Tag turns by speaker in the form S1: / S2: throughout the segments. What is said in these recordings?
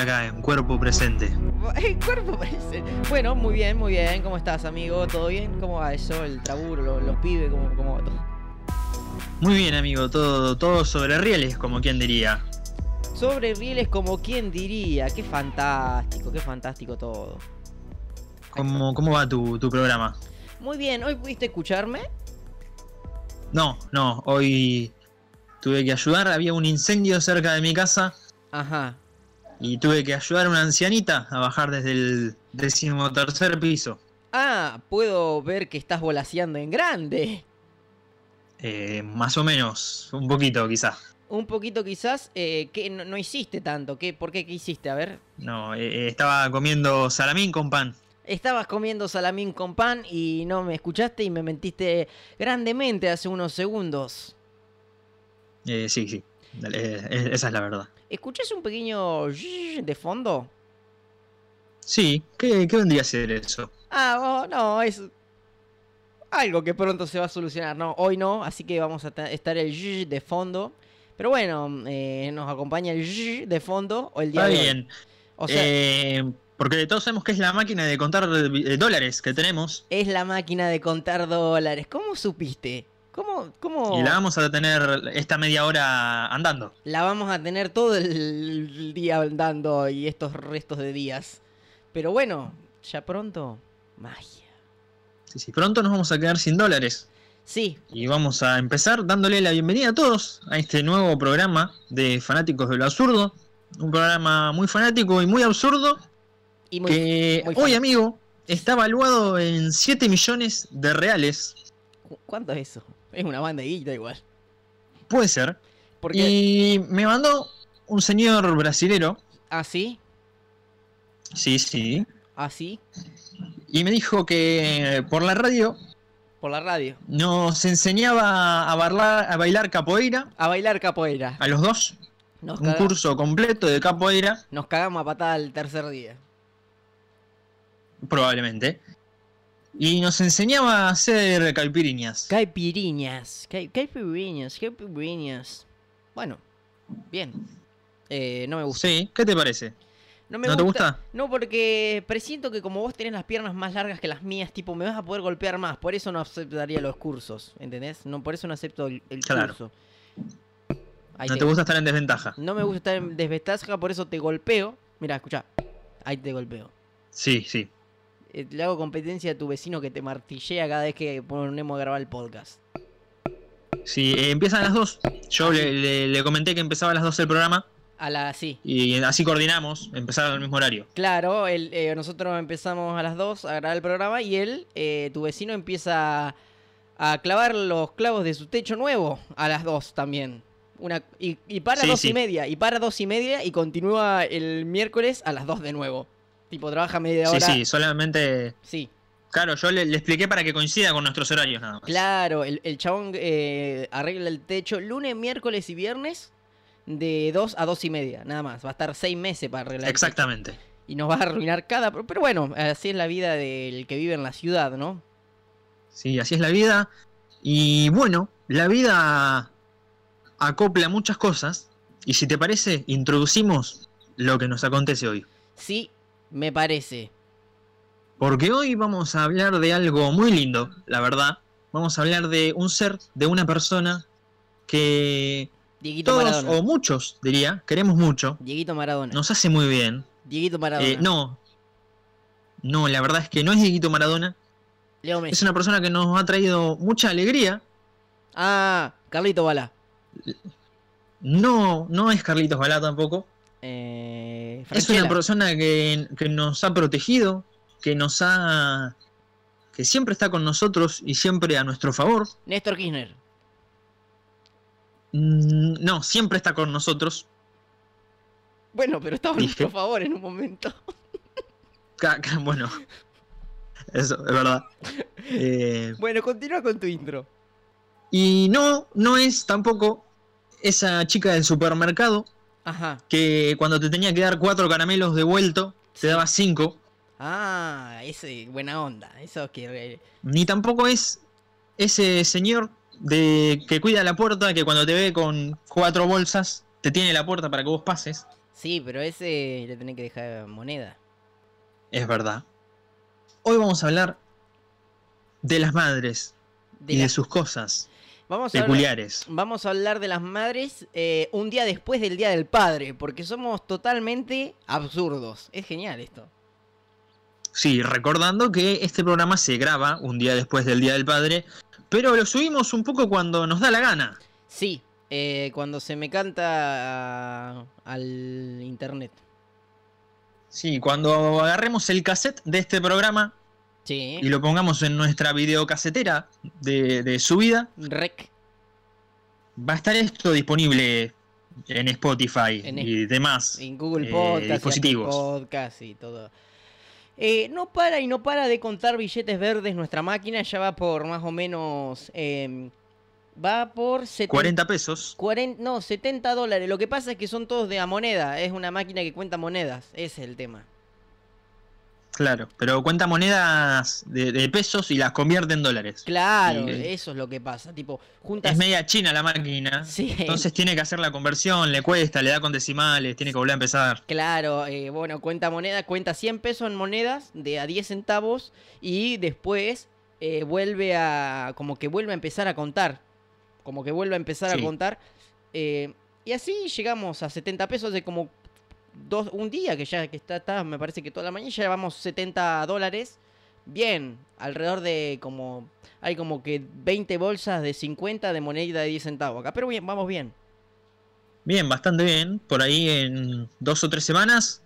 S1: acá, en cuerpo presente.
S2: El cuerpo parece. Bueno, muy bien, muy bien. ¿Cómo estás, amigo? ¿Todo bien? ¿Cómo va eso? El traburo, lo- los, pibes, ¿cómo, cómo va todo?
S1: Muy bien, amigo, todo, todo sobre rieles, como quien diría.
S2: Sobre rieles, como quien diría. Qué fantástico, qué fantástico todo.
S1: ¿Cómo, cómo va tu, tu programa?
S2: Muy bien, ¿hoy pudiste escucharme?
S1: No, no, hoy tuve que ayudar, había un incendio cerca de mi casa
S2: Ajá.
S1: y tuve que ayudar a una ancianita a bajar desde el decimotercer piso.
S2: Ah, puedo ver que estás volaseando en grande.
S1: Eh, más o menos, un poquito quizá.
S2: Un poquito quizás, eh, que no, no hiciste tanto. ¿Qué, ¿Por qué? ¿Qué hiciste? A ver.
S1: No, eh, eh, estaba comiendo salamín con pan.
S2: Estabas comiendo salamín con pan y no me escuchaste y me mentiste grandemente hace unos segundos.
S1: Eh, sí, sí, dale, eh, eh, esa es la verdad.
S2: ¿Escuchás un pequeño zzzz de fondo?
S1: Sí, ¿qué, qué vendría a ser eso?
S2: Ah, oh, no, es algo que pronto se va a solucionar. No, hoy no, así que vamos a ta- estar el zzzz de fondo. Pero bueno, eh, nos acompaña el zzzz de fondo o el día
S1: Está
S2: de hoy.
S1: bien,
S2: O sea,
S1: eh, porque todos sabemos que es la máquina de contar eh, dólares que tenemos
S2: es la máquina de contar dólares. ¿Cómo supiste? ¿Cómo, cómo
S1: y la vamos a tener esta media hora andando.
S2: la vamos a tener todo el día andando y estos restos de días? Pero bueno, ya pronto, magia.
S1: Sí, sí, pronto nos vamos a quedar sin dólares.
S2: Sí,
S1: Y vamos a empezar dándole la bienvenida a todos a este nuevo programa de Fanáticos de lo Absurdo. Un programa muy fanático y muy absurdo
S2: y muy
S1: que
S2: muy
S1: hoy,
S2: fanático.
S1: amigo, está valuado en 7 millones de reales.
S2: ¿Cu- ¿Cuánto es eso? Es una banda de guita igual.
S1: Puede ser.
S2: Porque.
S1: Y me mandó un señor brasilero.
S2: ¿Así?
S1: Sí, sí.
S2: ¿Así?
S1: Y me dijo que eh, por la radio
S2: Por la radio.
S1: nos enseñaba a, barlar- a bailar capoeira
S2: A bailar capoeira.
S1: a los dos.
S2: Nos,
S1: Un
S2: caga-
S1: curso completo de capoeira.
S2: nos cagamos a patada el tercer día.
S1: Probablemente. Y nos enseñaba a hacer caipiriñas.
S2: Caipiriñas. Cai- Caipiriñas. Caipiriñas. Bueno, bien. Eh, no me gusta.
S1: Sí, ¿qué te parece?
S2: me
S1: ¿No te gusta?
S2: No, porque presiento que como vos tenés las piernas más largas que las mías, tipo, me vas a poder golpear más. Por eso no aceptaría los cursos, ¿entendés? No, por eso no acepto el, el
S1: Claro.
S2: curso. Ahí
S1: No
S2: te-
S1: te gusta estar en desventaja.
S2: No me gusta estar en desventaja, por eso te golpeo. Mira, escucha. Ahí te golpeo.
S1: Sí, sí.
S2: Eh, Le hago competencia a tu vecino que te martillea cada vez que ponemos a grabar el podcast.
S1: Sí, eh, empiezan las dos. Yo le, le- le comenté que empezaba a las dos el programa
S2: A la sí.
S1: y así coordinamos, empezar al mismo horario.
S2: Claro, el, eh, nosotros empezamos a las 2 a grabar el programa y él, eh, tu vecino, empieza a clavar los clavos de su techo nuevo a las 2 también. Una, y, y para
S1: Sí,
S2: dos y
S1: sí.
S2: media, y para dos y media y continúa el miércoles a las 2 de nuevo. Tipo, trabaja media
S1: Sí,
S2: hora.
S1: sí, solamente...
S2: sí.
S1: Claro, yo le, le expliqué para que coincida con nuestros horarios nada más.
S2: Claro, el, el chabón eh, arregla el techo lunes, miércoles y viernes de 2 a 2 y media, nada más. Va a estar 6 meses para arreglar. el techo.
S1: Exactamente.
S2: Y nos va a arruinar cada... pro- Pero bueno, así es la vida del que vive en la ciudad, ¿no?
S1: Sí, así es la vida. Y bueno, la vida acopla muchas cosas. Y si te parece, introducimos lo que nos acontece hoy.
S2: Sí, me parece.
S1: Porque hoy vamos a hablar de algo muy lindo, la verdad. Vamos a hablar de un ser, de una persona que
S2: Dieguito
S1: todos
S2: Maradona.
S1: o muchos, diría, queremos mucho,
S2: Dieguito Maradona.
S1: nos hace muy bien.
S2: Dieguito Maradona.
S1: Eh, no, no, la verdad es que no es Dieguito Maradona.
S2: Leo Messi.
S1: Es una persona que nos ha traído mucha alegría.
S2: Ah, Carlito Bala.
S1: No, no es Carlitos Balá tampoco.
S2: Eh,
S1: Es una
S2: Franchella.
S1: persona que, que nos ha protegido, que nos ha... que siempre está con nosotros y siempre a nuestro favor.
S2: Néstor Kirchner.
S1: Mm, No, siempre está con nosotros.
S2: Bueno, pero estaba a
S1: Dije.
S2: nuestro favor en un momento.
S1: Ca- ca- Bueno, eso es verdad. Eh,
S2: Bueno, continúa con tu intro.
S1: y no, no es tampoco esa chica del supermercado
S2: Ajá.
S1: que cuando te tenía que dar cuatro caramelos de vuelto, te daba cinco.
S2: Ah, ese, buena onda. Eso que... eh,
S1: Ni tampoco es ese señor de que cuida la puerta que cuando te ve con cuatro bolsas, te tiene la puerta para que vos pases.
S2: Sí, pero ese le tenés que dejar moneda.
S1: Es verdad. Hoy vamos a hablar de las madres
S2: De
S1: y
S2: la-
S1: de sus cosas
S2: Vamos a hablar-
S1: peculiares.
S2: Vamos a hablar de las madres eh, un día después del Día del Padre, porque somos totalmente absurdos. Es genial esto.
S1: Sí, recordando que este programa se graba un día después del Día del Padre, pero lo subimos un poco cuando nos da la gana.
S2: Sí, eh, cuando se me canta ah, al internet.
S1: Sí, cuando agarremos el cassette de este programa
S2: Sí,
S1: y lo pongamos en nuestra videocasetera de, de subida,
S2: rec.
S1: va a estar esto disponible en Spotify
S2: En
S1: y demás.
S2: En Google
S1: Eh,
S2: Podcast, y Apple
S1: dispositivos.
S2: Podcast y todo. Eh, no para y no para de contar billetes verdes. Nuestra máquina ya va por más o menos. eh, va por 70
S1: 40 pesos.
S2: 40, no, 70 dólares. Lo que pasa es que son todos de a moneda. Es una máquina que cuenta monedas. Ese es el tema.
S1: Claro, pero cuenta monedas de, de pesos y las convierte en dólares.
S2: Claro,
S1: Sí.
S2: eso es lo que pasa. Tipo, juntas.
S1: Es media china la máquina.
S2: Sí,
S1: Entonces tiene que hacer la conversión, le cuesta, le da con decimales, tiene que volver a empezar.
S2: claro. eh, bueno, cuenta monedas. Cuenta 100 pesos en monedas de a 10 centavos. Y después eh, vuelve a. Como que vuelve a empezar a contar. Como que vuelve a empezar a
S1: Sí.
S2: contar. eh, y así llegamos a 70 pesos de como. Dos, un día que ya que está, está, me parece que toda la mañana ya llevamos 70 dólares. Bien, alrededor de como. Hay como que 20 bolsas de 50 de moneda de 10 centavos acá. Pero bien, vamos bien.
S1: Bien, bastante bien. Por ahí en dos o tres semanas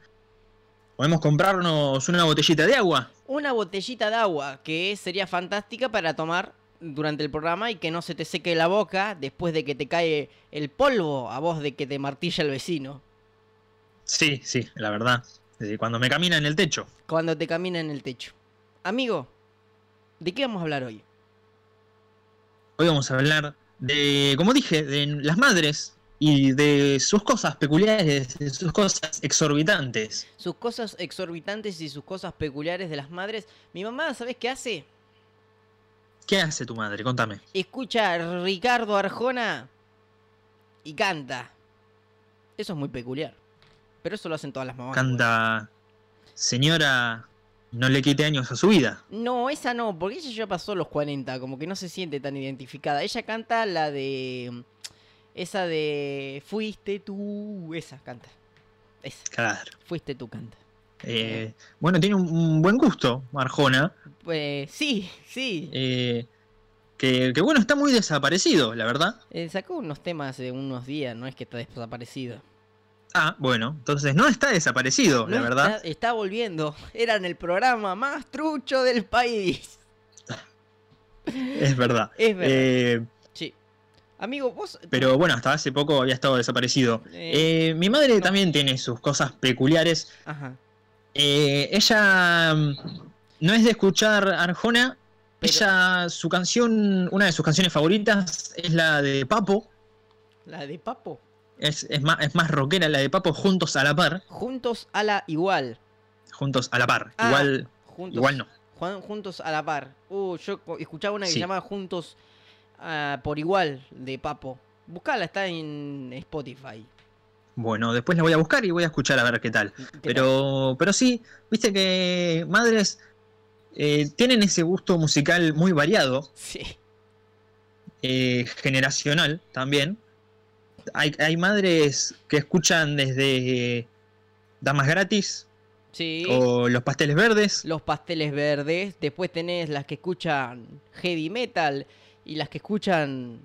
S1: podemos comprarnos una botellita de agua.
S2: Una botellita de agua que sería fantástica para tomar durante el programa y que no se te seque la boca después de que te cae el polvo a voz de que te martilla el vecino.
S1: Sí, sí, la verdad. Desde cuando me camina en el techo.
S2: Cuando te camina en el techo. Amigo, ¿de qué vamos a hablar hoy?
S1: Hoy vamos a hablar de, como dije, de las madres y de sus cosas peculiares, de sus cosas exorbitantes.
S2: Sus cosas exorbitantes y sus cosas peculiares de las madres. Mi mamá, ¿sabes qué hace?
S1: ¿Qué hace tu madre? Contame.
S2: Escucha a Ricardo Arjona y canta. Eso es muy peculiar. Pero eso lo hacen todas las mamás.
S1: Canta, señora, no le quite años a su vida.
S2: No, esa no, porque ella ya pasó los 40, como que no se siente tan identificada. Ella canta la de. Esa de. Fuiste tú. Esa canta. Esa.
S1: Claro.
S2: Fuiste tú canta.
S1: Eh, bueno, tiene un, un buen gusto, Arjona.
S2: Pues sí, sí.
S1: eh, que, que bueno, está muy desaparecido, la verdad.
S2: Eh, sacó unos temas hace unos días, no es que está desaparecido.
S1: Ah, bueno, entonces no está desaparecido, la
S2: No,
S1: verdad.
S2: Está, está volviendo. Era en el programa más trucho del país.
S1: Es verdad.
S2: Es verdad.
S1: Eh,
S2: Sí. Amigo, vos.
S1: pero bueno, hasta hace poco había estado desaparecido. Eh, mi madre
S2: no.
S1: también tiene sus cosas peculiares.
S2: Ajá.
S1: Eh, ella mm, no es de escuchar Arjona.
S2: Pero-
S1: Ella, su canción, una de sus canciones favoritas es la de Papo.
S2: La de Papo.
S1: Es, es más, es más rockera la de Papo, Juntos a la Par.
S2: Juntos a la igual.
S1: Juntos a la Par.
S2: Ah.
S1: Igual,
S2: Juntos
S1: igual no.
S2: Juan- juntos a la par. Uh, yo co- escuchaba una que se
S1: Sí.
S2: llamaba Juntos ah, por igual de Papo. Buscala, está en Spotify.
S1: Bueno, después la voy a buscar y voy a escuchar a ver qué tal.
S2: ¿Qué tal?
S1: Pero, pero sí, viste que madres eh, tienen ese gusto musical muy variado,
S2: Sí.
S1: eh, generacional también. Hay, hay madres que escuchan desde eh, Damas Gratis
S2: Sí.
S1: o Los Pasteles Verdes.
S2: Los pasteles verdes. Después tenés las que escuchan heavy metal y las que escuchan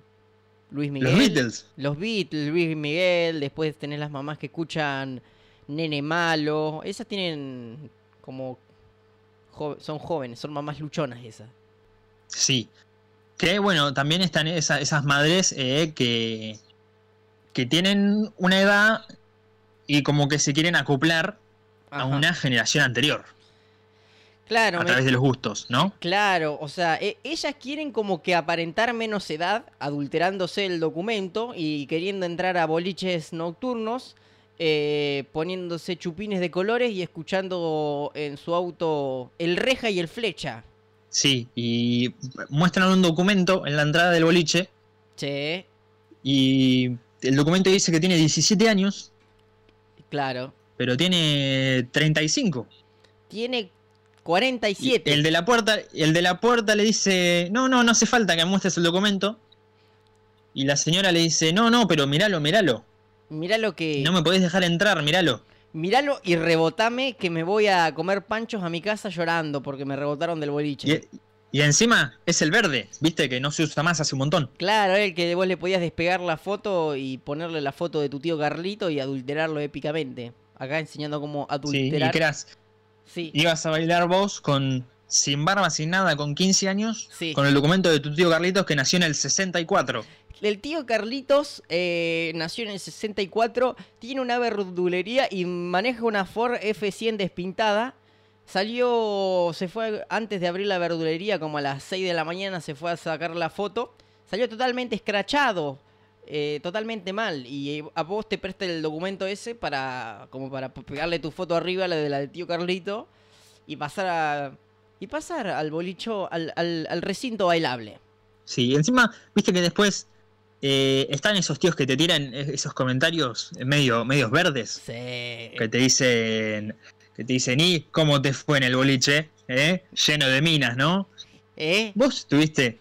S2: Luis Miguel.
S1: Los Beatles.
S2: Los Beatles, Luis Miguel. Después tenés las mamás que escuchan Nene Malo. Esas tienen como... jo- son jóvenes, son mamás luchonas esas.
S1: Sí. Que bueno, también están esa- esas madres eh, que, que tienen una edad y como que se quieren acoplar a
S2: Ajá.
S1: una generación anterior.
S2: Claro,
S1: a
S2: me-
S1: través de los gustos, ¿no?
S2: Claro, o sea, e- ellas quieren como que aparentar menos edad, adulterándose el documento y queriendo entrar a boliches nocturnos, eh, poniéndose chupines de colores y escuchando en su auto el reja y el flecha.
S1: Sí, y muestran un documento en la entrada del boliche
S2: Che,
S1: y el documento dice que tiene 17 años
S2: Claro.
S1: pero tiene 35.
S2: Tiene
S1: Y
S2: 47.
S1: El de la puerta, el de la puerta le dice, no, no, no hace falta que me muestres el documento. Y la señora le dice, no, no, pero míralo, míralo.
S2: Mirá lo que.
S1: No me podés dejar entrar, míralo.
S2: Míralo y rebotame que me voy a comer panchos a mi casa llorando porque me rebotaron del boliche.
S1: Y, y encima es el verde, viste que no se usa más hace un montón.
S2: Claro, el que vos le podías despegar la foto y ponerle la foto de tu tío Carlito y adulterarlo épicamente. Acá enseñando cómo
S1: Sí, y
S2: adulterar.
S1: que eras-
S2: Sí,
S1: ibas a bailar vos con sin barba, sin nada, con 15 años,
S2: Sí.
S1: con el documento de tu tío Carlitos que nació en el 64.
S2: El tío Carlitos eh, nació en el 64, tiene una verdulería y maneja una Ford F100 despintada. Salió, se fue antes de abrir la verdulería, como a las 6 de la mañana, se fue a sacar la foto. Salió totalmente escrachado, eh, totalmente mal. Y eh, a vos te presta el documento ese para, como para pegarle tu foto arriba, la de la del tío Carlito, y pasar a- Y pasar al bolicho, al- al- al recinto bailable.
S1: Sí, encima, viste que después eh, están esos tíos que te tiran e- esos comentarios medio, medios verdes,
S2: Sí.
S1: que te dicen, que te dicen, ¿y cómo te fue en el boliche? ¿Eh? Lleno de minas, ¿no?
S2: ¿Eh?
S1: Vos estuviste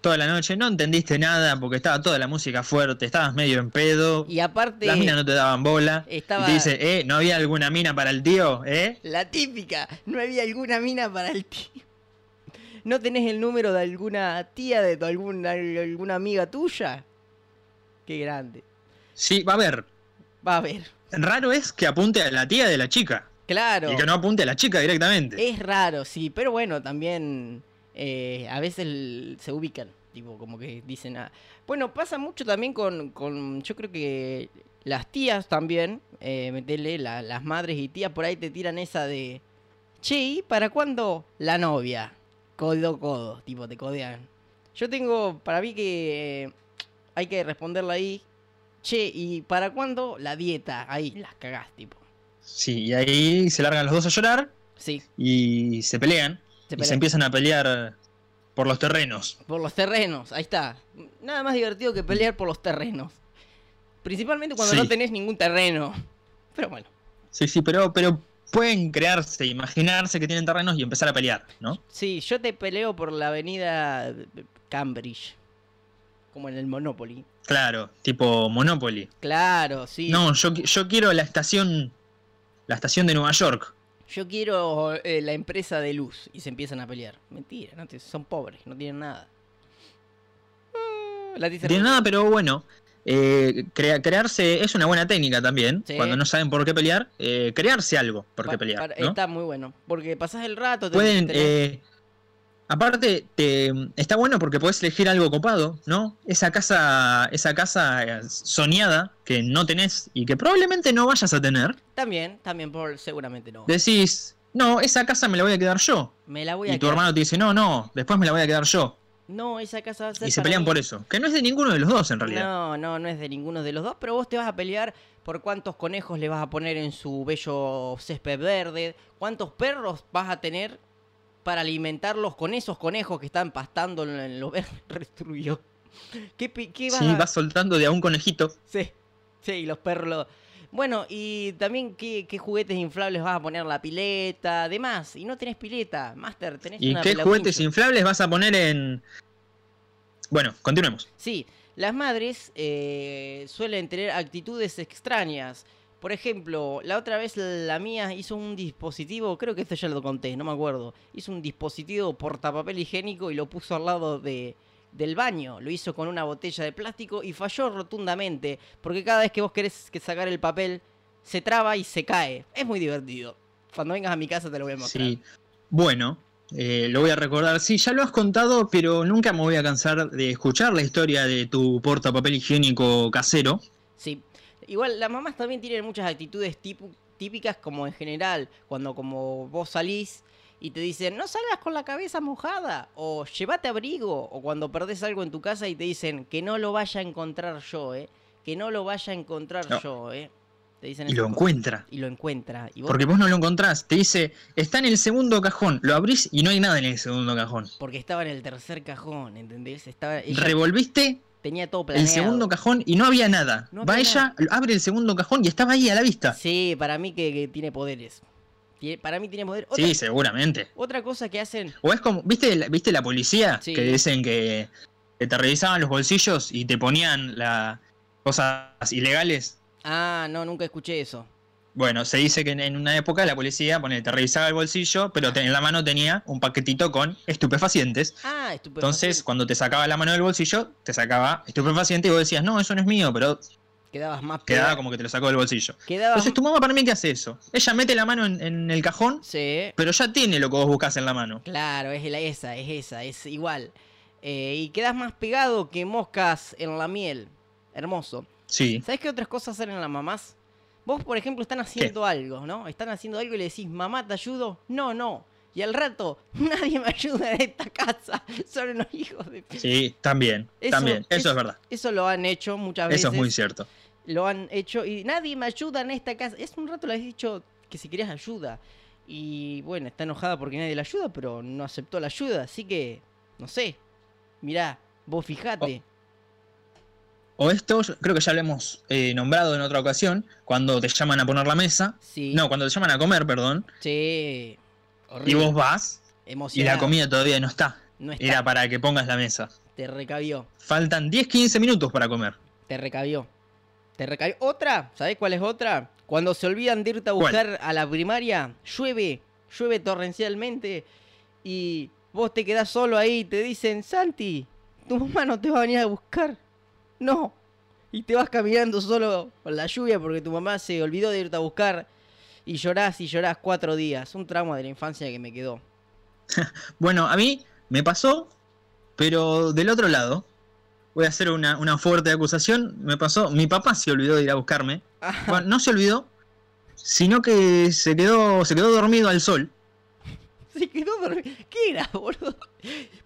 S1: toda la noche, no entendiste nada porque estaba toda la música fuerte, estabas medio en pedo,
S2: Y aparte,
S1: las minas no te daban bola.
S2: estaba
S1: Y te dice, ¿eh? ¿No había alguna mina para el tío? ¿Eh?
S2: la típica, no había alguna mina para el tío. ¿No tenés el número de alguna tía, de tu- alguna, alguna amiga tuya? Qué grande.
S1: Sí, va a ver.
S2: Va a ver.
S1: Raro es que apunte a la tía de la chica.
S2: Claro.
S1: Y que no apunte a la chica directamente.
S2: Es raro, sí, pero bueno, también eh, a veces l- se ubican, tipo, como que dicen, ah. Bueno, pasa mucho también con, con yo creo que las tías también, eh, metele, la- las madres y tías por ahí te tiran esa de, che, ¿y para cuándo la novia? Codo, codo, tipo, te codean. Yo tengo, para mí que eh, hay que responderla ahí, che, ¿y para cuándo la dieta? Ahí, las cagás, tipo.
S1: Sí, y ahí se largan los dos a llorar
S2: Sí,
S1: y se pelean.
S2: se
S1: Y se
S2: pelean.
S1: empiezan a pelear por los terrenos.
S2: Por los terrenos, ahí está. Nada más divertido que pelear por los terrenos. Principalmente cuando
S1: Sí.
S2: no tenés ningún terreno. Pero bueno,
S1: Sí, sí, pero, pero pueden crearse, imaginarse que tienen terrenos y empezar a pelear, ¿no?
S2: sí, yo te peleo por la avenida Cambridge. Como en el Monopoly.
S1: Claro, tipo Monopoly.
S2: Claro, sí.
S1: No, yo, qui- yo quiero la estación. La estación de Nueva York.
S2: Yo quiero eh, la empresa de luz. Y se empiezan a pelear. Mentira, no te- son pobres, no tienen nada. Mm, La
S1: No tiene nada, pero bueno. eh, crea- crearse es una buena técnica también.
S2: Sí.
S1: Cuando no saben por qué pelear, eh, crearse algo por qué
S2: Pa-
S1: pelear.
S2: para-
S1: ¿no?
S2: Está muy bueno. Porque pasás el rato. te-
S1: Pueden.
S2: tenés-
S1: eh, aparte, te- está bueno porque podés elegir algo copado, ¿no? Esa casa, esa casa eh, soñada que no tenés y que probablemente no vayas a tener.
S2: También, también, por seguramente no.
S1: Decís, no, esa casa me la voy a quedar yo.
S2: Me la voy a
S1: Y tu
S2: quedar.
S1: hermano te dice, no, no, después me la voy a quedar yo.
S2: No, esa casa va a ser
S1: Y se
S2: para
S1: pelean
S2: mí.
S1: por eso. Que no es de ninguno de los dos en realidad.
S2: No, no, no es de ninguno de los dos, pero vos te vas a pelear por cuántos conejos le vas a poner en su bello césped verde, cuántos perros vas a tener para alimentarlos con esos conejos que están pastando en- en lo verde. Restruyó. ¿Qué, pi- qué vas
S1: Sí,
S2: a-
S1: vas soltando de a un conejito.
S2: Sí, sí, y los perros. lo- Bueno, y también qué, qué juguetes inflables vas a poner, la pileta, demás. Y no tenés pileta, Master, tenés
S1: ¿Y
S2: una
S1: qué
S2: pelopincho.
S1: juguetes inflables vas a poner en. Bueno, continuemos.
S2: Sí, las madres eh, suelen tener actitudes extrañas. Por ejemplo, la otra vez la mía hizo un dispositivo, creo que esto ya lo conté, no me acuerdo. Hizo un dispositivo portapapel higiénico y lo puso al lado de, del baño. Lo hizo con una botella de plástico y falló rotundamente, porque cada vez que vos querés que sacar el papel, se traba y se cae. Es muy divertido. Cuando vengas a mi casa te lo voy a mostrar.
S1: Sí. Bueno, eh, lo voy a recordar. Sí, ya lo has contado, pero nunca me voy a cansar de escuchar la historia de tu portapapel higiénico casero.
S2: Sí. Igual las mamás también tienen muchas actitudes tipu- típicas como en general, cuando como vos salís y te dicen, no salgas con la cabeza mojada, o llévate abrigo, o cuando perdés algo en tu casa y te dicen, que no lo vaya a encontrar yo, ¿eh? Que no lo vaya a encontrar
S1: No.
S2: yo, ¿eh? Te dicen
S1: Y
S2: esas
S1: lo
S2: cosas.
S1: encuentra.
S2: Y lo encuentra. Y vos-
S1: Porque vos no lo encontrás. Te dice, está en el segundo cajón. Lo abrís y no hay nada en el segundo cajón.
S2: porque estaba en el tercer cajón, ¿entendés? Estaba, ella-
S1: Revolviste
S2: Tenía todo planeado.
S1: El segundo cajón y no había nada.
S2: No
S1: Va
S2: había
S1: ella, abre el segundo cajón y estaba ahí a la vista.
S2: Sí, para mí que, que tiene poderes. Tiene- para mí tiene poderes. Otra,
S1: Sí, seguramente.
S2: otra cosa que hacen.
S1: O es como, ¿viste la, viste la policía?
S2: Sí.
S1: Que dicen que, que te revisaban los bolsillos y te ponían las cosas ilegales.
S2: Ah, no, nunca escuché eso.
S1: Bueno, se dice que en, en una época la policía ponele, te revisaba el bolsillo, pero te- en la mano tenía un paquetito con estupefacientes.
S2: Ah, estupendo.
S1: Entonces, cuando te sacaba la mano del bolsillo, te sacaba estupefaciente y vos decías, no, eso no es mío, pero
S2: quedabas más
S1: quedaba
S2: pega-
S1: como que te lo sacó del bolsillo.
S2: quedabas
S1: Entonces, tu mamá para mí que hace eso. Ella mete la mano en, en el cajón,
S2: Sí,
S1: pero ya tiene lo que vos buscás en la mano.
S2: claro, es la- esa, es esa, es igual. Eh, y quedas más pegado que moscas en la miel. Hermoso.
S1: Sí.
S2: ¿Sabes qué otras cosas hacen las mamás? Vos, por ejemplo, están haciendo algo, ¿no? Están haciendo algo y le decís, mamá, ¿te ayudo? No, no. Y al rato, nadie me ayuda en esta casa. Son unos hijos de... p-".
S1: Sí, también.
S2: Eso-
S1: también. Eso
S2: eso-
S1: es verdad.
S2: Eso lo han hecho muchas veces.
S1: Eso es muy cierto.
S2: Lo han hecho y nadie me ayuda en esta casa. Es un rato le has dicho que si querías ayuda. Y bueno, está enojada porque nadie la ayuda, pero no aceptó la ayuda. Así que, no sé. Mirá, vos fijate.
S1: Oh. O esto, yo creo que ya lo hemos eh, nombrado en otra ocasión, cuando te llaman a poner la mesa.
S2: Sí.
S1: No, cuando te llaman a comer, perdón.
S2: Sí.
S1: Y
S2: Horrible.
S1: vos vas y la
S2: Emocionado.
S1: comida todavía no está.
S2: No está.
S1: Era para que pongas la mesa.
S2: Te recabió.
S1: Faltan 10, 15 minutos para comer.
S2: Te recabió. Te recabió. Otra, ¿sabés cuál es otra? Cuando se olvidan de irte a
S1: ¿Cuál?
S2: buscar a la primaria, llueve, llueve torrencialmente y vos te quedás solo ahí y te dicen, Santi, tu mamá no te va a venir a buscar. No. Y te vas caminando solo con la lluvia porque tu mamá se olvidó de irte a buscar y llorás y llorás cuatro días. Un trauma de la infancia que me quedó.
S1: Bueno, a mí me pasó, pero del otro lado, voy a hacer una, una fuerte acusación. Me pasó, mi papá se olvidó de ir a buscarme.
S2: Ah,
S1: Bueno, no se olvidó, sino que se quedó, se quedó dormido al sol.
S2: se quedó dormido. ¿Qué era, boludo?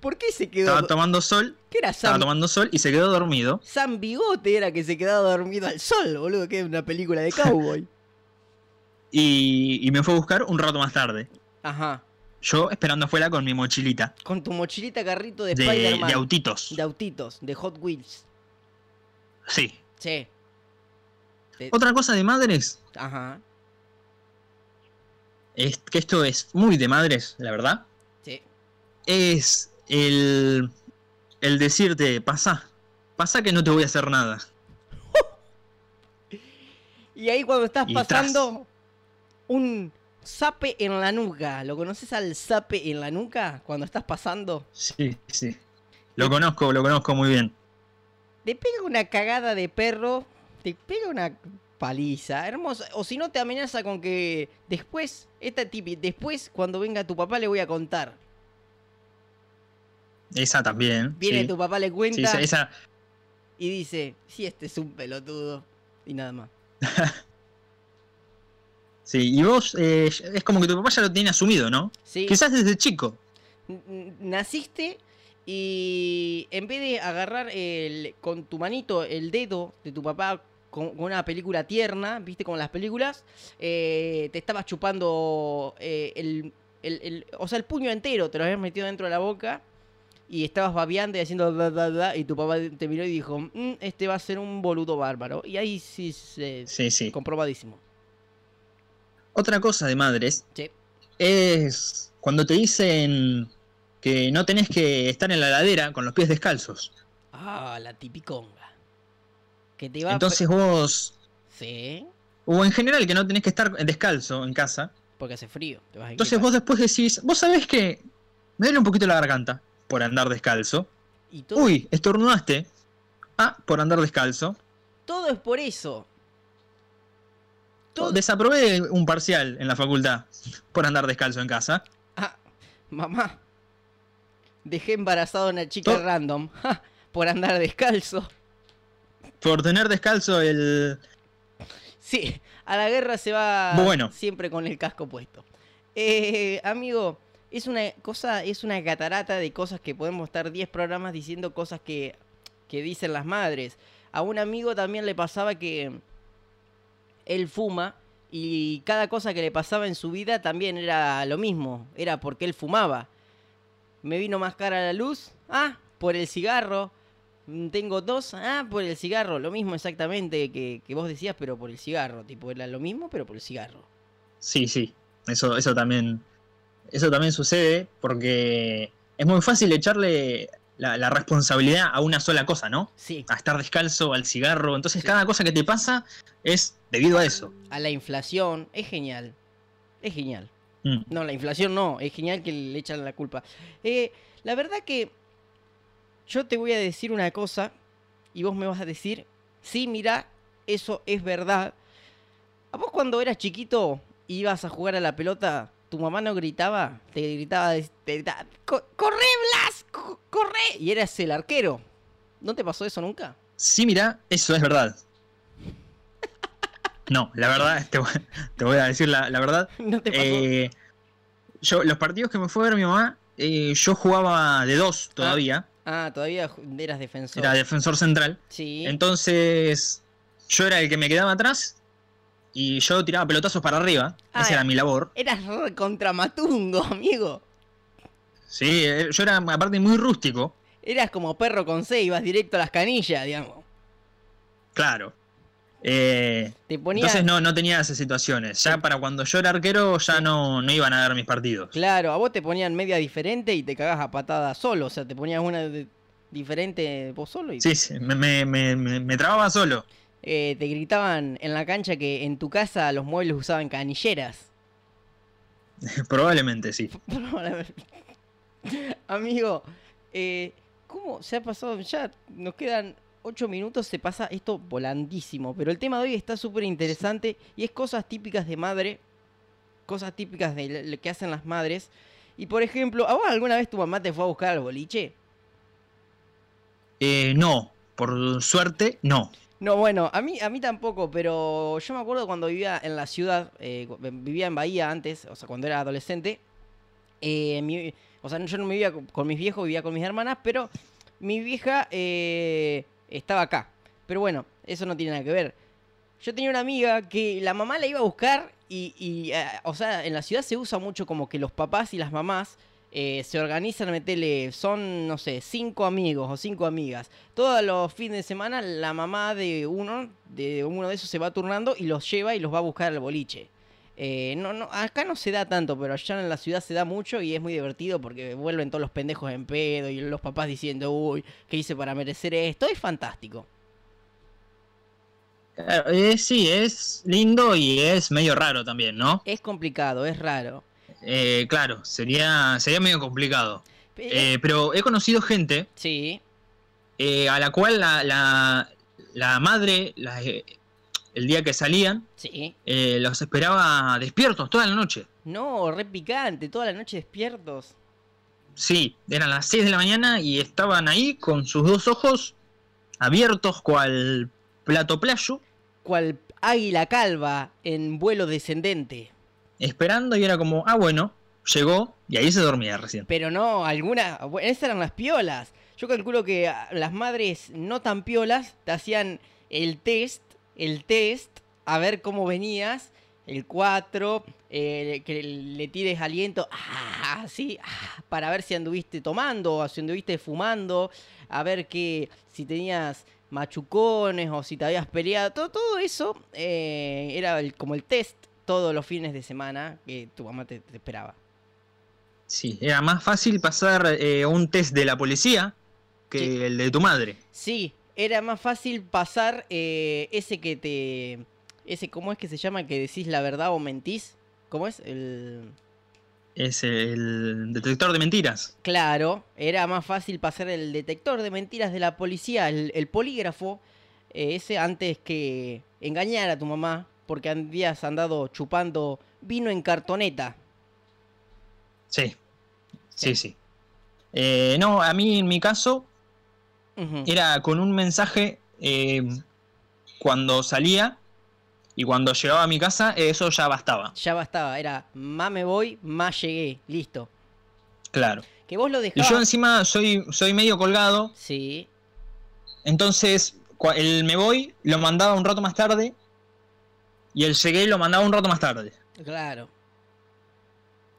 S2: ¿Por qué se quedó?
S1: Estaba tomando sol,
S2: ¿Qué era
S1: estaba
S2: Sam
S1: tomando sol y se quedó dormido.
S2: San Bigote era que se quedaba dormido al sol, boludo, que es una película de cowboy.
S1: Y, y me fue a buscar un rato más tarde.
S2: Ajá.
S1: Yo esperando afuera con mi mochilita
S2: Con tu mochilita carrito de,
S1: de,
S2: Spider-Man.
S1: de autitos.
S2: de autitos, de Hot Wheels.
S1: Sí.
S2: Sí. Te-
S1: Otra cosa de madres,
S2: Ajá.
S1: es, que esto es muy de madres, la verdad,
S2: Sí.
S1: es el, el decirte, pasa, pasa que no te voy a hacer nada.
S2: Y ahí cuando estás
S1: Y tras.
S2: pasando un zape en la nuca. ¿Lo conoces al zape en la nuca? Cuando estás pasando.
S1: Sí, sí. Lo conozco, lo conozco muy bien.
S2: Te pega una cagada de perro, te pega una paliza, hermoso. O si no te amenaza con que después, esta tipi, después cuando venga tu papá le voy a contar.
S1: Esa también.
S2: Viene
S1: sí.
S2: tu papá, le
S1: Sí,
S2: cuenta
S1: esa, esa-
S2: y dice, sí, este es un pelotudo. Y nada más.
S1: sí. Y vos, eh, es como que tu papá ya lo tiene asumido, ¿no?
S2: Sí,
S1: Quizás desde chico.
S2: n- n- naciste y en vez de agarrar el, con tu manito el dedo de tu papá con, con una película tierna, viste como las películas, eh, te estabas chupando eh, el, el- el- o sea, el puño entero, te lo habías metido dentro de la boca y estabas babeando y haciendo da, da, da, y tu papá te miró y dijo, "Mm, este va a ser un boludo bárbaro. Y ahí sí se...
S1: Sí, sí.
S2: Comprobadísimo.
S1: Otra cosa de madres
S2: Sí.
S1: es cuando te dicen que no tenés que estar en la ladera con los pies descalzos.
S2: Ah, la tipiconga. Que te va
S1: Entonces vos,
S2: Sí,
S1: o en general que no tenés que estar descalzo en casa,
S2: porque hace frío. Te vas a
S1: entonces vos
S2: inquietar.
S1: después decís, vos sabés que me duele un poquito la garganta por andar descalzo.
S2: Y todo,
S1: Uy, estornudaste. Ah, por andar descalzo.
S2: todo es por eso. Todo...
S1: Desaprobé un parcial en la facultad por andar descalzo en casa.
S2: Ah, mamá. Dejé embarazada a una chica
S1: Todo-
S2: random. ja, por andar descalzo.
S1: Por tener descalzo el...
S2: Sí, a la guerra se va
S1: Bueno.
S2: siempre con el casco puesto. Eh, amigo, es una cosa, es una catarata de cosas que podemos estar 10 programas diciendo cosas que, que dicen las madres. A un amigo también le pasaba que él fuma y cada cosa que le pasaba en su vida también era lo mismo, era porque él fumaba. Me vino más cara la luz, ah, por el cigarro. Mm, Tengo dos. Ah, por el cigarro. Lo mismo exactamente que, que vos decías, pero por el cigarro. Tipo, era lo mismo, pero por el cigarro.
S1: Sí, sí. Eso, eso también. Eso también sucede porque es muy fácil echarle la, la responsabilidad a una sola cosa, ¿no?
S2: Sí,
S1: A estar descalzo, al cigarro. Entonces
S2: Sí.
S1: cada cosa que te pasa es debido a eso.
S2: a la inflación. Es genial. Es genial.
S1: Mm.
S2: No, la inflación no. Es genial que le echan la culpa. Eh, la verdad que yo te voy a decir una cosa y vos me vas a decir, sí, mirá, eso es verdad. ¿A vos cuando eras chiquito y ibas a jugar a la pelota, tu mamá no gritaba? Te gritaba, de- te gritaba, "Co- corre Blas, co- corre. Y eras el arquero. ¿No te pasó eso nunca?
S1: Sí, mira, eso es verdad. No, la verdad, te, voy- te voy a decir la, la verdad.
S2: ¿No te pasó?
S1: Eh, yo, los partidos que me fue a ver mi mamá, eh, yo jugaba de dos todavía.
S2: ah, todavía ju- eras defensor.
S1: Era defensor central.
S2: sí.
S1: Entonces, yo era el que me quedaba atrás y yo tiraba pelotazos para arriba.
S2: Ah,
S1: Esa era mi labor.
S2: Eras re contra Matungo, amigo.
S1: Sí, eh, yo era aparte muy rústico,
S2: Eras como perro con C, ibas directo a las canillas, digamos.
S1: claro. Eh,
S2: Te ponías.
S1: entonces no, no tenía esas situaciones. Ya para cuando yo era arquero ya no, no iban a dar mis partidos.
S2: Claro, a vos te ponían media diferente y te cagás a patada solo. O sea, te ponías una de- diferente vos solo y
S1: Sí, sí, me, me, me- me- me trababa solo.
S2: eh, te gritaban en la cancha que en tu casa los muebles usaban canilleras.
S1: Probablemente, sí.
S2: Amigo, eh, ¿cómo se ha pasado? Ya nos quedan 8 minutos, se pasa esto volandísimo. Pero el tema de hoy está súper interesante y es cosas típicas de madre, cosas típicas de lo que hacen las madres. Y por ejemplo, ¿a vos alguna vez tu mamá te fue a buscar al boliche?
S1: Eh, no, por suerte, no.
S2: No, bueno, a mí, a mí tampoco, pero yo me acuerdo cuando vivía en la ciudad, eh, cu- vivía en Bahía antes, o sea, cuando era adolescente. eh, mi- o sea, yo no vivía co- con mis viejos, vivía con mis hermanas, pero mi vieja eh, estaba acá. Pero bueno, eso no tiene nada que ver. Yo tenía una amiga que la mamá la iba a buscar y, y, eh, o sea, en la ciudad se usa mucho como que los papás y las mamás eh, se organizan, metele, son, no sé, cinco amigos o cinco amigas. Todos los fines de semana la mamá de uno, de uno de esos se va turnando y los lleva y los va a buscar al boliche. Eh, no, no, acá no se da tanto, pero allá en la ciudad se da mucho y es muy divertido porque vuelven todos los pendejos en pedo y los papás diciendo, uy, ¿qué hice para merecer esto? Es fantástico.
S1: Claro, eh, sí, es lindo y es medio raro también, ¿no?
S2: Es complicado, es raro.
S1: Eh, claro, sería, sería medio complicado.
S2: Pe-
S1: Eh, pero he conocido gente
S2: sí,
S1: eh, a la cual la, la- la madre, la- eh, el día que salían,
S2: sí.
S1: eh, los esperaba despiertos toda la noche.
S2: No, re picante, toda la noche despiertos.
S1: Sí, eran las 6 de la mañana y estaban ahí con sus dos ojos abiertos cual plato playo,
S2: Cual águila calva en vuelo descendente.
S1: esperando y era como, ah bueno, llegó y ahí se dormía recién.
S2: Pero no, algunas. Esas eran las piolas. Yo calculo que ah, las madres no tan piolas te hacían el test, el test, a ver cómo venías. El 4, que le tires aliento, ah, sí, ah, para ver si anduviste tomando o si anduviste fumando, a ver que si tenías machucones o si te habías peleado, todo, todo eso eh, era el- como el test todos los fines de semana que tu mamá te- te esperaba.
S1: Sí, era más fácil pasar eh, un test de la policía que
S2: Sí.
S1: el de tu madre.
S2: Sí, era más fácil pasar eh, ese que te. Ese, ¿cómo es que se llama? Que decís la verdad o mentís. ¿Cómo es? El...
S1: Es el detector de mentiras.
S2: Claro, era más fácil pasar el detector de mentiras de la policía, el, el polígrafo, eh, ese antes que engañar a tu mamá, porque habías andado chupando vino en cartoneta.
S1: Sí, sí, sí. Eh, no, a mí en mi caso
S2: Ujú.
S1: era con un mensaje eh, cuando salía y cuando llegaba a mi casa, eh, eso ya bastaba.
S2: Ya bastaba, era más me voy, más llegué, listo.
S1: Claro.
S2: Que vos lo
S1: Y yo
S2: dejabas.
S1: encima soy, soy medio colgado,
S2: Sí,
S1: entonces cua- el me voy lo mandaba un rato más tarde y el llegué lo mandaba un rato más tarde.
S2: Claro.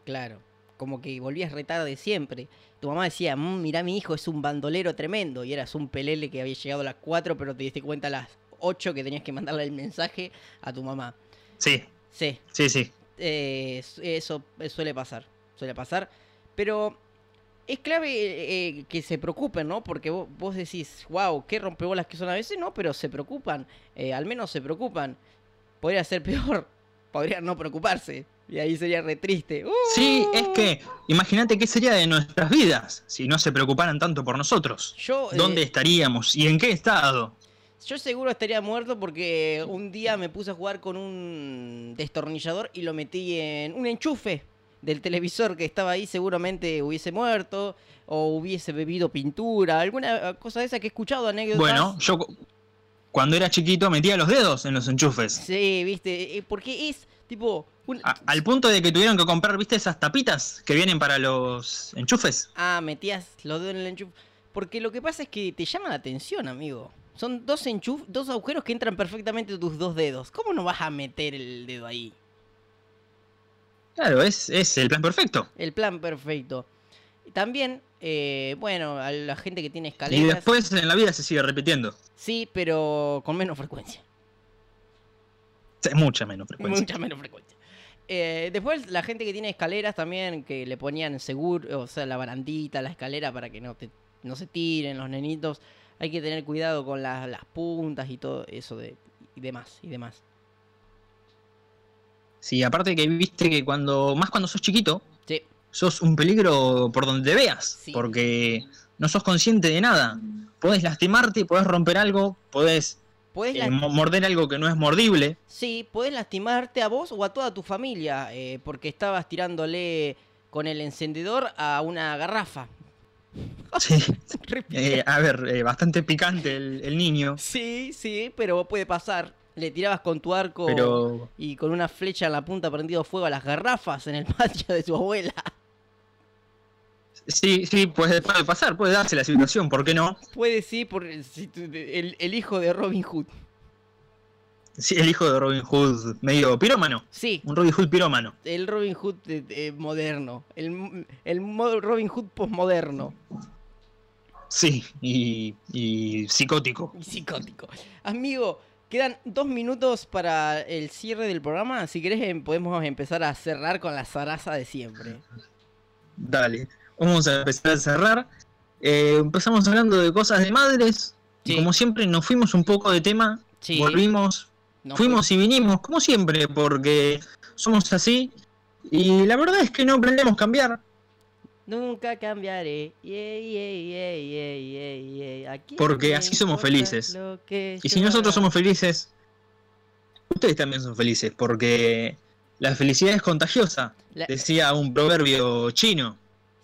S2: Claro. como que volvías retada de siempre. Tu mamá decía, "Mm, mirá, mi hijo es un bandolero tremendo. Y eras un pelele que había llegado a las 4, pero te diste cuenta a las 8 que tenías que mandarle el mensaje a tu mamá.
S1: Sí,
S2: Sí,
S1: sí, sí.
S2: eh, su- eso eh, suele pasar, suele pasar. Pero es clave eh, eh, que se preocupen, ¿no? Porque vos, vos decís, wow, qué rompebolas que son a veces, no, pero se preocupan, eh, al menos se preocupan. Podría ser peor, podría no preocuparse, y ahí sería re triste. ¡Uh!
S1: Sí, es que imagínate qué sería de nuestras vidas si no se preocuparan tanto por nosotros.
S2: Yo, eh,
S1: ¿Dónde estaríamos y en qué estado?
S2: yo seguro estaría muerto porque un día me puse a jugar con un destornillador y lo metí en un enchufe del televisor que estaba ahí, seguramente hubiese muerto o hubiese bebido pintura, alguna eh, cosa de esa que he escuchado anécdotas.
S1: Bueno, yo cu- cuando era chiquito metía los dedos en los enchufes.
S2: Sí, viste, eh, porque es tipo... un-
S1: A- al punto de que tuvieron que comprar, ¿viste esas tapitas que vienen para los enchufes?
S2: Ah, metías los dedos en el enchufe. Porque lo que pasa es que te llama la atención, amigo. Son dos enchuf, dos agujeros que entran perfectamente tus dos dedos. ¿Cómo no vas a meter el dedo ahí?
S1: Claro, es, es el plan perfecto.
S2: El plan perfecto. Y También, eh, bueno, a la gente que tiene
S1: Y
S2: escaleras.
S1: después en la vida se sigue repitiendo.
S2: Sí, pero con menos frecuencia.
S1: Es mucha menos frecuencia.
S2: Mucha menos frecuencia. Eh, después la gente que tiene escaleras también, que le ponían seguro, o sea, la barandita, la escalera para que no, te, no se tiren los nenitos. Hay que tener cuidado con las- las puntas y todo eso de, y demás, y demás.
S1: Sí, aparte que viste que cuando, más cuando sos chiquito,
S2: Sí,
S1: sos un peligro por donde te veas,
S2: Sí.
S1: porque no sos consciente de nada. Podés lastimarte, podés romper algo, podés
S2: puedes
S1: eh, mo- morder algo que no es mordible.
S2: Sí, podés lastimarte a vos o a toda tu familia, eh, porque estabas tirándole con el encendedor a una garrafa.
S1: Sí.
S2: Re
S1: Eh, a ver, eh, bastante picante el, el niño,
S2: Sí, sí, pero puede pasar. Le tirabas con tu arco
S1: pero
S2: y con una flecha en la punta prendido fuego a las garrafas en el patio de tu abuela.
S1: sí, sí, puede, puede pasar, puede darse la situación, ¿por qué no?
S2: Puede sí, por el, si tu- de- el- el hijo de Robin Hood.
S1: Sí, el hijo de Robin Hood, medio pirómano,
S2: Sí,
S1: un Robin Hood pirómano.
S2: el Robin Hood de- de- moderno. El, mo- el mo- Robin Hood postmoderno.
S1: Sí, y, y psicótico.
S2: Y psicótico. Amigo, quedan dos minutos para el cierre del programa. Si querés, em, podemos empezar a cerrar con la zaraza de siempre.
S1: Dale, vamos a empezar a cerrar. Eh, empezamos hablando de cosas de madres.
S2: Sí.
S1: Y como siempre nos fuimos un poco de tema,
S2: Sí,
S1: volvimos,
S2: nos
S1: fuimos y vinimos, como siempre, porque somos así. Y la verdad es que no aprendemos a cambiar,
S2: Nunca cambiaré. Yeah, yeah, yeah, yeah, yeah, yeah. ¿A quién
S1: Porque
S2: le
S1: así somos
S2: importa
S1: felices.
S2: lo que
S1: Y si
S2: yo
S1: nosotros
S2: haga?
S1: somos felices, ustedes también son felices, porque la felicidad es contagiosa,
S2: La-
S1: decía un proverbio chino.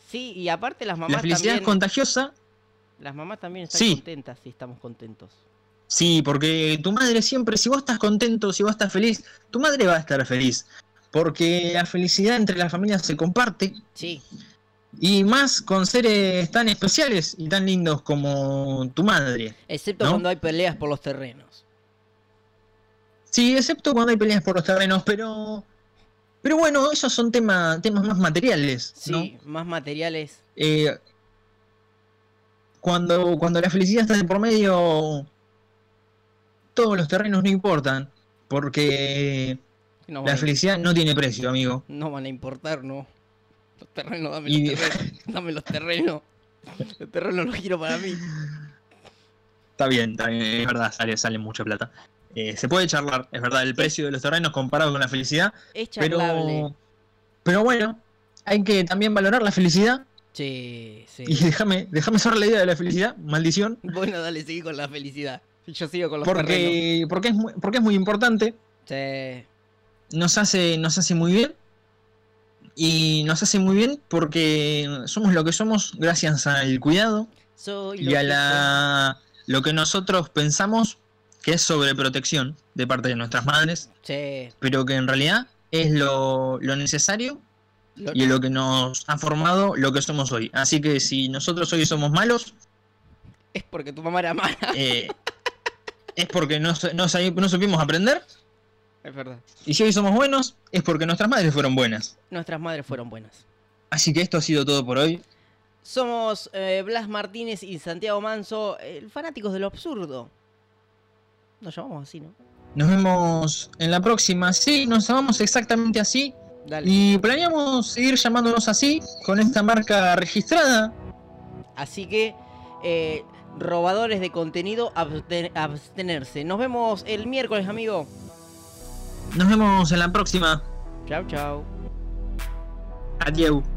S2: Sí, y aparte las
S1: La
S2: mamás
S1: felicidad
S2: también.
S1: es contagiosa,
S2: Las mamás también están
S1: Sí.
S2: contentas si estamos contentos.
S1: sí, porque tu madre siempre, si vos estás contento, si vos estás feliz, tu madre va a estar feliz. Porque la felicidad entre las familias se comparte,
S2: Sí,
S1: y más con seres tan especiales y tan lindos como tu madre.
S2: excepto
S1: ¿No?
S2: cuando hay peleas por los terrenos.
S1: Sí, excepto cuando hay peleas por los terrenos, pero... Pero bueno, esos son tema- temas más materiales, ¿no?
S2: Sí, más materiales.
S1: Eh, cuando, cuando la felicidad está de por medio, todos los terrenos no importan, porque
S2: No
S1: la
S2: van, a,
S1: felicidad no tiene precio, amigo.
S2: no van a importar, ¿no? Los terrenos, dame
S1: Y-
S2: los terrenos. Dame los terrenos. Los terrenos los quiero para mí.
S1: Está bien, está bien, es verdad, sale, sale mucha plata. Eh, se puede charlar, es verdad, el precio de los terrenos comparado con la felicidad,
S2: Es charlable.
S1: pero, pero bueno, hay que también valorar la felicidad.
S2: Sí, sí.
S1: Y déjame, déjame cerrar la idea de la felicidad, maldición,
S2: Bueno, dale, seguí con la felicidad. Yo sigo con los terrenos.
S1: porque, porque, es muy, porque es muy importante.
S2: Sí.
S1: nos hace, nos hace muy bien. Y nos hace muy bien porque somos lo que somos gracias al cuidado
S2: Soy
S1: y
S2: lo
S1: a
S2: que
S1: la lo que nosotros pensamos que es sobreprotección de parte de nuestras madres,
S2: soy. Sí.
S1: pero que en realidad es lo, lo necesario
S2: Lo-
S1: y lo que nos ha formado lo que somos hoy. Así que si nosotros hoy somos malos,
S2: Es porque tu mamá era mala.
S1: eh, es porque no, sa- no sa- no supimos aprender,
S2: Es verdad.
S1: y si hoy somos buenos, es porque nuestras madres fueron buenas.
S2: Nuestras madres fueron buenas.
S1: Así que esto ha sido todo por hoy.
S2: Somos eh, Blas Martínez y Santiago Manso, eh, fanáticos de lo absurdo. Nos llamamos así, ¿no?
S1: Nos vemos en la próxima. Sí, nos llamamos exactamente así.
S2: Dale.
S1: Y planeamos seguir llamándonos así, con esta marca registrada.
S2: Así que, eh, robadores de contenido, abste- abstenerse. Nos vemos el miércoles, amigo.
S1: Nos vemos en la próxima.
S2: Chau, chau.
S1: Adiós.